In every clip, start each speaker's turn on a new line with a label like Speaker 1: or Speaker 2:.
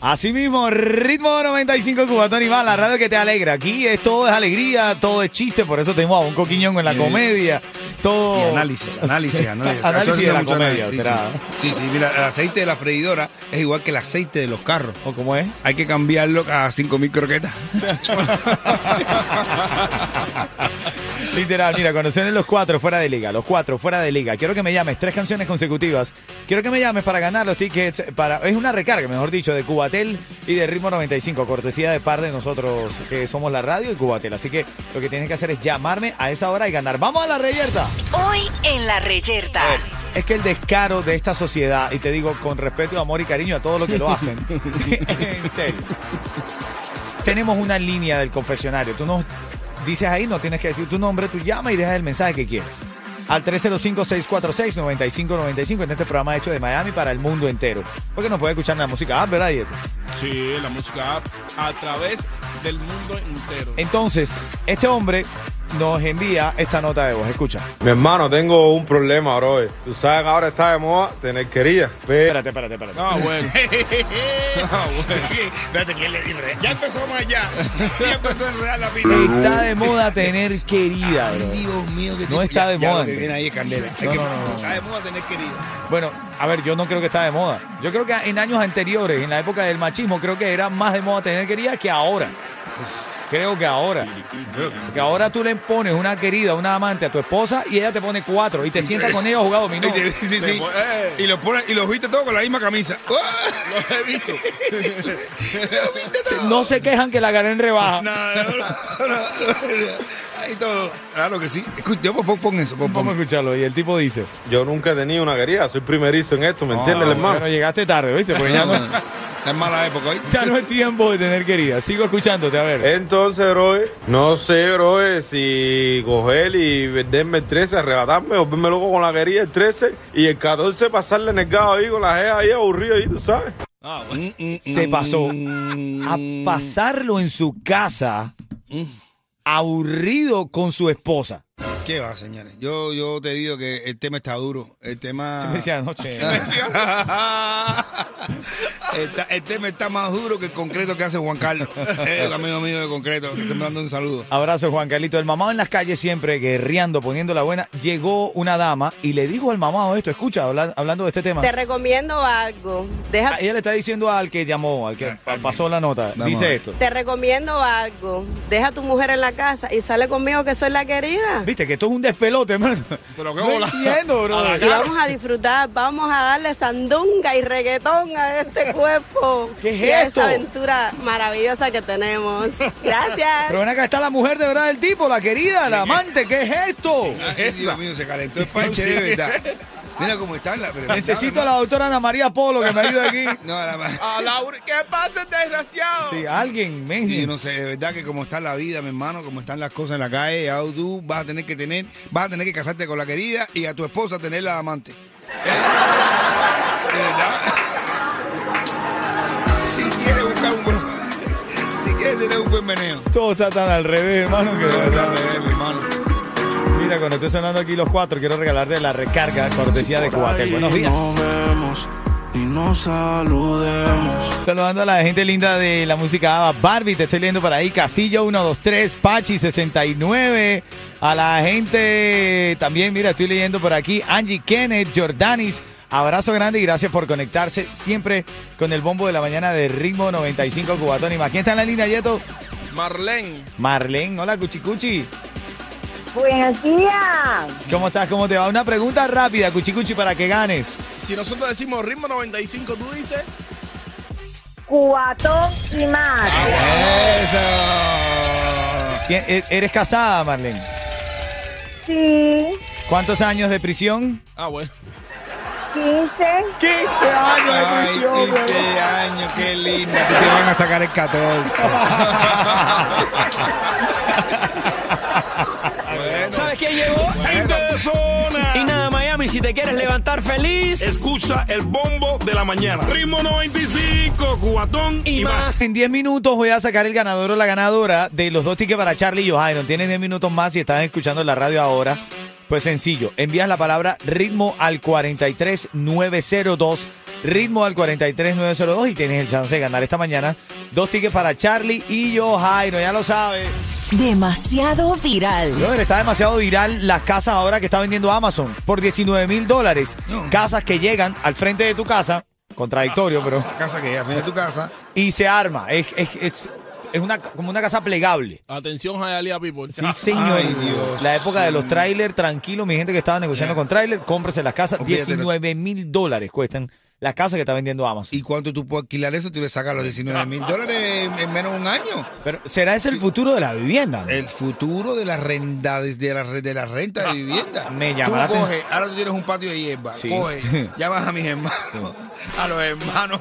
Speaker 1: Así mismo, ritmo 95 Cubatón y más, la radio que te alegra. Aquí es, todo es alegría, todo es chiste, por eso tenemos a un coquiñón en la comedia. Todo.
Speaker 2: Y análisis, análisis, análisis.
Speaker 1: Análisis
Speaker 2: Estoy
Speaker 1: de la
Speaker 2: haciendo mucho
Speaker 1: comedia,
Speaker 2: análisis,
Speaker 1: será.
Speaker 2: Sí, sí, sí, mira, el aceite de la freidora es igual que el aceite de los carros.
Speaker 1: ¿O cómo es?
Speaker 2: Hay que cambiarlo a 5.000 croquetas.
Speaker 1: Literal, mira, conocen los cuatro fuera de liga, los cuatro fuera de liga. Quiero que me llames tres canciones consecutivas. Quiero que me llames para ganar los tickets, para es una recarga, mejor dicho, de Cubatel y de Ritmo 95, cortesía de par de nosotros que somos la radio y Cubatel. Así que lo que tienes que hacer es llamarme a esa hora y ganar. Vamos a la reyerta.
Speaker 3: Hoy en La Reyerta.
Speaker 1: A ver, Es que el descaro de esta sociedad, y te digo con respeto, amor y cariño a todos los que lo hacen, en serio. Tenemos una línea del confesionario. Tú nos dices ahí, no tienes que decir tu nombre, tú llamas y dejas el mensaje que quieres. Al 305-646-9595 en este programa hecho de Miami para el mundo entero. Porque nos puede escuchar en la música, ah, ¿verdad, Diego?
Speaker 4: Sí, la música app a través del mundo entero.
Speaker 2: Eh,
Speaker 1: Entonces, este hombre nos envía esta nota de voz. Escucha.
Speaker 5: Mi hermano, tengo un problema, bro. Tú sabes que ahora está de moda tener querida.
Speaker 1: Espérate, espérate, espérate.
Speaker 4: No, bueno.
Speaker 2: eh,
Speaker 4: Ah,
Speaker 2: Espérate, ¿quién le dice? Ya empezamos allá. Ya empezó a enredar la pita.
Speaker 1: Está de moda tener querida,
Speaker 2: Ay,
Speaker 1: bro.
Speaker 2: Dios mío, que
Speaker 1: No está de
Speaker 2: ya, ya
Speaker 1: moda.
Speaker 2: lo que viene ahí es candela. Hay
Speaker 1: No,
Speaker 2: que-
Speaker 1: no, no, no.
Speaker 2: Está de moda tener querido.
Speaker 1: Bueno, a ver, yo no creo que está de moda. Yo creo que en años anteriores, en la época del machismo, creo que era más de moda tener querida que ahora. Pues, Creo que ahora. Que ahora tú le pones una querida, una amante a tu esposa y ella te pone cuatro y te sienta con ella a jugar dominó.
Speaker 2: Sí, sí, sí.
Speaker 4: Eh.
Speaker 2: Y lo pone- y los viste todos con la misma camisa. Los he visto. Los viste todos.
Speaker 1: No se quejan que la ganen rebaja.
Speaker 2: No, no, no, no, no. Ahí todo. Claro que sí. Escucha, yo, pues, pon, pon eso, pon, pon.
Speaker 1: Vamos a escucharlo. Y el tipo dice:
Speaker 5: Yo nunca he tenido una querida, soy primerizo en esto, ¿me entiendes,
Speaker 1: "Ah,
Speaker 5: hermano?
Speaker 1: Bueno, llegaste tarde, ¿viste? Porque ya no,
Speaker 2: Es mala época hoy.
Speaker 1: ya no es tiempo de tener querida. Sigo escuchándote, a
Speaker 5: Eh,
Speaker 1: ver.
Speaker 5: Entonces, bro, no sé, bro, si coger y venderme el 13, arrebatarme, volverme loco con la querida el 13 y el 14 pasarle negado ahí con la jeja ahí aburrido ahí, tú sabes.
Speaker 1: se pasó a pasarlo en su casa aburrido con su esposa.
Speaker 2: ¿Qué va, señores? Yo, yo te digo que el tema está duro. El tema.
Speaker 1: Se me decía anoche.
Speaker 2: Este Está- el tema Este, está más duro que el concreto que hace Juan Carlos. Eh, un amigo mío de concreto. Te estoy dando un saludo.
Speaker 1: Abrazo, Juan Carlito. El mamado en las calles siempre guerreando, poniendo la buena. Llegó una dama y le dijo al mamado esto. Escucha, habla- hablando de este tema. Ah,
Speaker 6: Te recomiendo algo. Deja,
Speaker 1: Ella le está diciendo al que llamó, al que pasó la nota.
Speaker 2: Vamos a
Speaker 1: Dice
Speaker 2: ver.
Speaker 1: esto.
Speaker 6: te recomiendo algo. Deja a tu mujer en la casa y sale conmigo que soy la querida.
Speaker 1: Viste que esto es un despelote, hermano.
Speaker 4: Pero qué
Speaker 1: no
Speaker 4: bola.
Speaker 1: entiendo, bro.
Speaker 6: Y vamos a disfrutar, vamos a darle sandunga y reggaetón a este cuerpo.
Speaker 1: ¿Qué es
Speaker 6: y a
Speaker 1: esto?
Speaker 6: esa aventura maravillosa que tenemos. Gracias.
Speaker 1: Pero ven acá, está la mujer de verdad del tipo, la querida, la amante. ¿Qué es esto?
Speaker 2: Ay, Dios mío, se calentó el panche de verdad. Mira cómo está la pero-
Speaker 1: Necesito a la doctora Ana María Polo que me ayude aquí.
Speaker 2: No, a la-
Speaker 4: A Laura, ¿qué pasa, desgraciado?
Speaker 1: Sí, alguien, men.
Speaker 2: Sí, yo no sé, de verdad que como está la vida, mi hermano, como están las cosas en la calle, ya tú vas a tener que tener, vas a tener que casarte con la querida y a tu esposa tenerla de amante. Eh, de verdad. Si quieres buscar un buen, si quieres tener un buen meneo.
Speaker 1: Todo está tan al revés, hermano, que de
Speaker 2: Pero
Speaker 1: verdad.
Speaker 2: está al revés, mi hermano.
Speaker 1: Mira, cuando esté sonando aquí los cuatro, quiero regalarte la recarga cortesía de Cubatel. Buenos días.
Speaker 7: Nos vemos y nos saludemos.
Speaker 1: Saludando a la gente linda de la música ABBA. Barbie, te estoy leyendo por ahí. Castillo 123, Pachi 69. A la gente también, mira, estoy leyendo por aquí. Angie Kenneth, Jordanis. Abrazo grande y gracias por conectarse siempre con el bombo de la mañana de ritmo 95 Cubatón. ¿Y más? ¿Quién está en la línea, Yeto?
Speaker 4: Marlene.
Speaker 1: Marlene, hola Cuchicuchi.
Speaker 8: Buenos días.
Speaker 1: ¿Cómo estás? ¿Cómo te va? Una pregunta rápida, Cuchi Cuchi, para que ganes.
Speaker 4: Si nosotros decimos ritmo 95, tú dices.
Speaker 8: Cubatón y más.
Speaker 1: ¡Eso! ¿Quién- e- ¿Eres casada, Marlene?
Speaker 8: Sí,
Speaker 1: ¿Cuántos años de prisión?
Speaker 4: Ah, bueno.
Speaker 8: 15.
Speaker 1: 15 años
Speaker 2: Ay, 15 años, qué linda. Te van a sacar el 14.
Speaker 9: ¿Sabes quién llegó?
Speaker 7: Gente de zona.
Speaker 9: Y nada, Miami, si te quieres levantar feliz
Speaker 7: Escucha el bombo de la mañana. Ritmo 95, cubatón y,
Speaker 9: y más.
Speaker 1: En 10 minutos voy a sacar el ganador o la ganadora de los dos tickets para Charlie y Ohio. Tienes 10 minutos más si estás escuchando la radio ahora. Pues sencillo, envías la palabra ritmo al 43902, ritmo al 43902 y tienes el chance de ganar esta mañana dos tickets para Charlie y Ohio. Ya lo sabes.
Speaker 3: Demasiado viral.
Speaker 1: Brother, está demasiado viral las casas ahora que está vendiendo Amazon por 19 mil dólares. Casas que llegan al frente de tu casa, contradictorio, pero.
Speaker 2: Casa que al frente de tu casa.
Speaker 1: Y se arma. Es, es, es, es una, como una casa plegable.
Speaker 4: Atención, Jalea People.
Speaker 1: Sí, señor.
Speaker 2: Ah, Ay, Dios. Mm.
Speaker 1: La época de los trailers, tranquilo, mi gente que estaba negociando con trailers, cómprese las casas.
Speaker 2: Olvídate,
Speaker 1: 19 mil dólares cuestan las casas que está vendiendo Amazon.
Speaker 2: ¿Y cuánto tú puedes alquilar eso? Tú le sacas los 19 mil dólares en- en menos de un año.
Speaker 1: Pero, ¿será ese el futuro de la vivienda? no?
Speaker 2: El futuro de la renta, de de la, re- de la renta de vivienda.
Speaker 1: Me
Speaker 2: Tú
Speaker 1: llama la atención.
Speaker 2: coges, ahora tú tienes un patio de hierba.
Speaker 1: Sí.
Speaker 2: Coge, llamas a mis hermanos, a los hermanos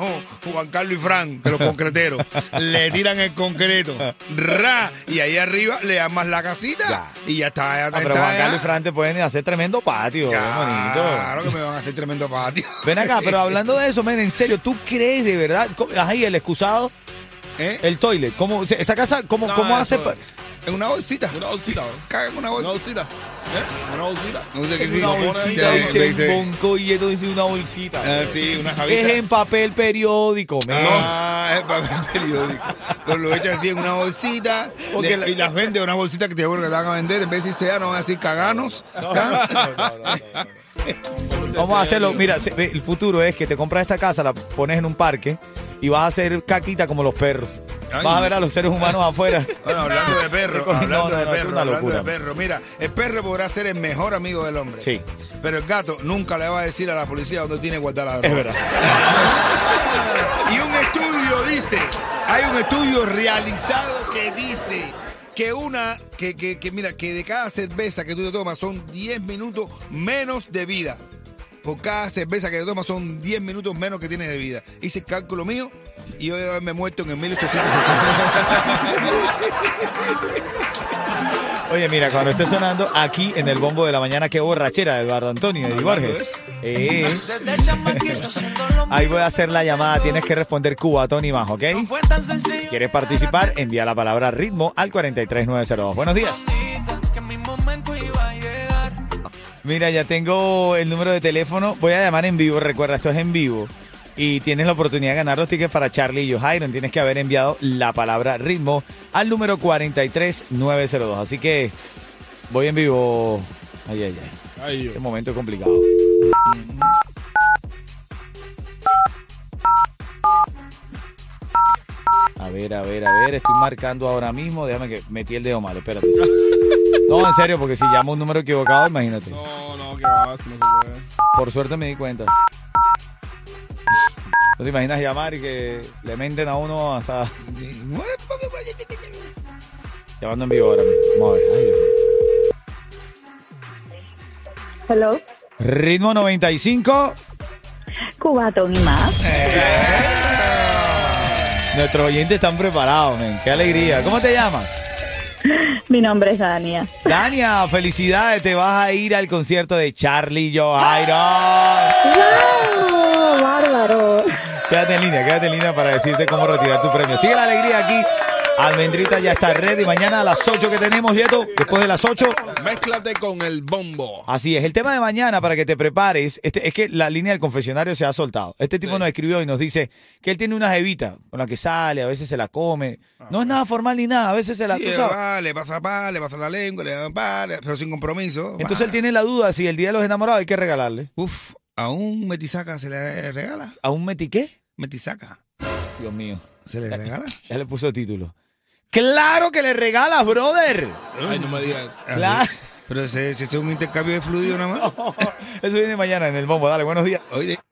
Speaker 2: Juan Carlos y Fran, de los concreteros. le tiran el concreto, ra, y ahí arriba le armas la casita
Speaker 1: Ya.
Speaker 2: y ya está. Ya,
Speaker 1: Ah, pero
Speaker 2: está,
Speaker 1: Juan
Speaker 2: ya.
Speaker 1: Carlos y Fran te pueden hacer tremendo patio. bien bonito.
Speaker 2: Claro que me van a hacer tremendo patio.
Speaker 1: Ven acá, pero hablando de eso, men, en serio, ¿tú crees de verdad? ¿Cómo- Ajá, y el excusado,
Speaker 2: ¿Eh?
Speaker 1: el toilet. ¿Cómo, se- esa casa, cómo,
Speaker 4: No,
Speaker 1: cómo
Speaker 4: eso
Speaker 1: hace?
Speaker 4: es-
Speaker 1: pa-
Speaker 2: En una bolsita.
Speaker 4: Una bolsita, ¿no?
Speaker 2: Caga en una
Speaker 4: Una
Speaker 2: bolsita.
Speaker 4: bolsita. ¿Eh? Una bolsita.
Speaker 2: No sé qué
Speaker 4: Una
Speaker 2: sí, lo ponen
Speaker 4: bolsita,
Speaker 2: de-
Speaker 1: dice
Speaker 2: de- de-
Speaker 1: bonco y esto dice una bolsita.
Speaker 2: Ah, sí, una javita.
Speaker 1: Es en papel periódico, men.
Speaker 2: Ah, es papel periódico. Pero lo echan así en una bolsita
Speaker 1: Porque
Speaker 2: le-
Speaker 1: la-
Speaker 2: y las vende una bolsita que te juro que te van a vender. En vez de decir sea, no van a decir caganos. ¿ah?
Speaker 1: Vamos a hacerlo. Mira, se- el futuro es que te compras esta casa, la pones en un parque y vas a hacer caquita como los perros.
Speaker 2: Ay.
Speaker 1: Vas a ver a los seres humanos afuera.
Speaker 2: Bueno, hablando de perro,
Speaker 1: No, no,
Speaker 2: hablando de
Speaker 1: no, es
Speaker 2: perro,
Speaker 1: una
Speaker 2: hablando de
Speaker 1: locura.
Speaker 2: perro. Mira, el perro podrá ser el mejor amigo del hombre.
Speaker 1: Sí.
Speaker 2: Pero el gato nunca le va a decir a la policía dónde tiene guardada la droga.
Speaker 1: Es verdad.
Speaker 2: Y un estudio dice, hay un estudio realizado que dice que una, que, que, que mira, que de cada cerveza que tú te tomas son 10 minutos menos de vida. Por cada cerveza que te tomas son 10 minutos menos que tienes de vida. Hice el cálculo mío y yo debo haberme muerto en el 1860.
Speaker 1: Oye, mira, cuando esté sonando aquí en el bombo de la mañana, qué borrachera de Eduardo Antonio y Borges. Eh. Ahí voy a hacer la llamada, tienes que responder cubatón y más, ¿ok? Si quieres participar, envía la palabra ritmo al 43902. Buenos días. Mira, ya tengo el número de teléfono. Voy a llamar en vivo, recuerda, esto es en vivo. Y tienes la oportunidad de ganar los tickets para Charlie y Johairon. Tienes que haber enviado la palabra ritmo al número 43902. Así que voy en vivo. Ay, ay, ay.
Speaker 4: Ay,
Speaker 1: Este
Speaker 4: Dios.
Speaker 1: momento es complicado. A ver, a ver, a ver. Estoy marcando ahora mismo. Déjame que metí el dedo malo. Espérate. No, en serio, porque si llamo un número equivocado, imagínate.
Speaker 4: No, no, que va, si no se puede.
Speaker 1: Por suerte me di cuenta. ¿No te imaginas llamar y que le menten a uno hasta llamando en vivo ahora mismo? Vamos a ver. Ay, Dios mío.
Speaker 8: Hello.
Speaker 1: Ritmo 95.
Speaker 8: Cubatón y más.
Speaker 1: Nuestros oyentes están preparados, men. Qué alegría. ¿Cómo te llamas?
Speaker 8: Mi nombre es Dania.
Speaker 1: Dania, felicidades. Te vas a ir al concierto de Charlie Johairon.
Speaker 8: ¡Wow! ¡Bárbaro!
Speaker 1: Quédate en línea, quédate en línea para decirte cómo retirar tu premio. Sigue la alegría aquí. Almendrita ya está ready. Mañana a las 8 que tenemos, Yeto. Después de las 8,
Speaker 4: Mézclate con el bombo.
Speaker 1: Así es, el tema de mañana para que te prepares, este, es que la línea del confesionario se ha soltado. Este tipo nos escribió y nos dice que él tiene una jevita con la que sale, a veces se la come. No es nada formal ni nada, a veces se la... tú sabes.
Speaker 2: va, le pasa pa, le pasa la lengua, le dan pa, le- pero sin compromiso.
Speaker 1: Entonces él
Speaker 2: Va.
Speaker 1: tiene la duda si el Día de los Enamorados hay que regalarle.
Speaker 2: Uf, a un metisaca se le regala.
Speaker 1: ¿A un metiqué?
Speaker 2: Metisaca.
Speaker 1: Dios mío,
Speaker 2: ¿Se le regala?
Speaker 1: ya le puso título. ¡Claro que le regalas, brother!
Speaker 4: Ay, no me digas eso.
Speaker 1: Claro.
Speaker 2: Pero ese, ese es un intercambio de fluido nada más.
Speaker 1: Eso viene mañana en el bombo. Dale, buenos días.
Speaker 2: Oye.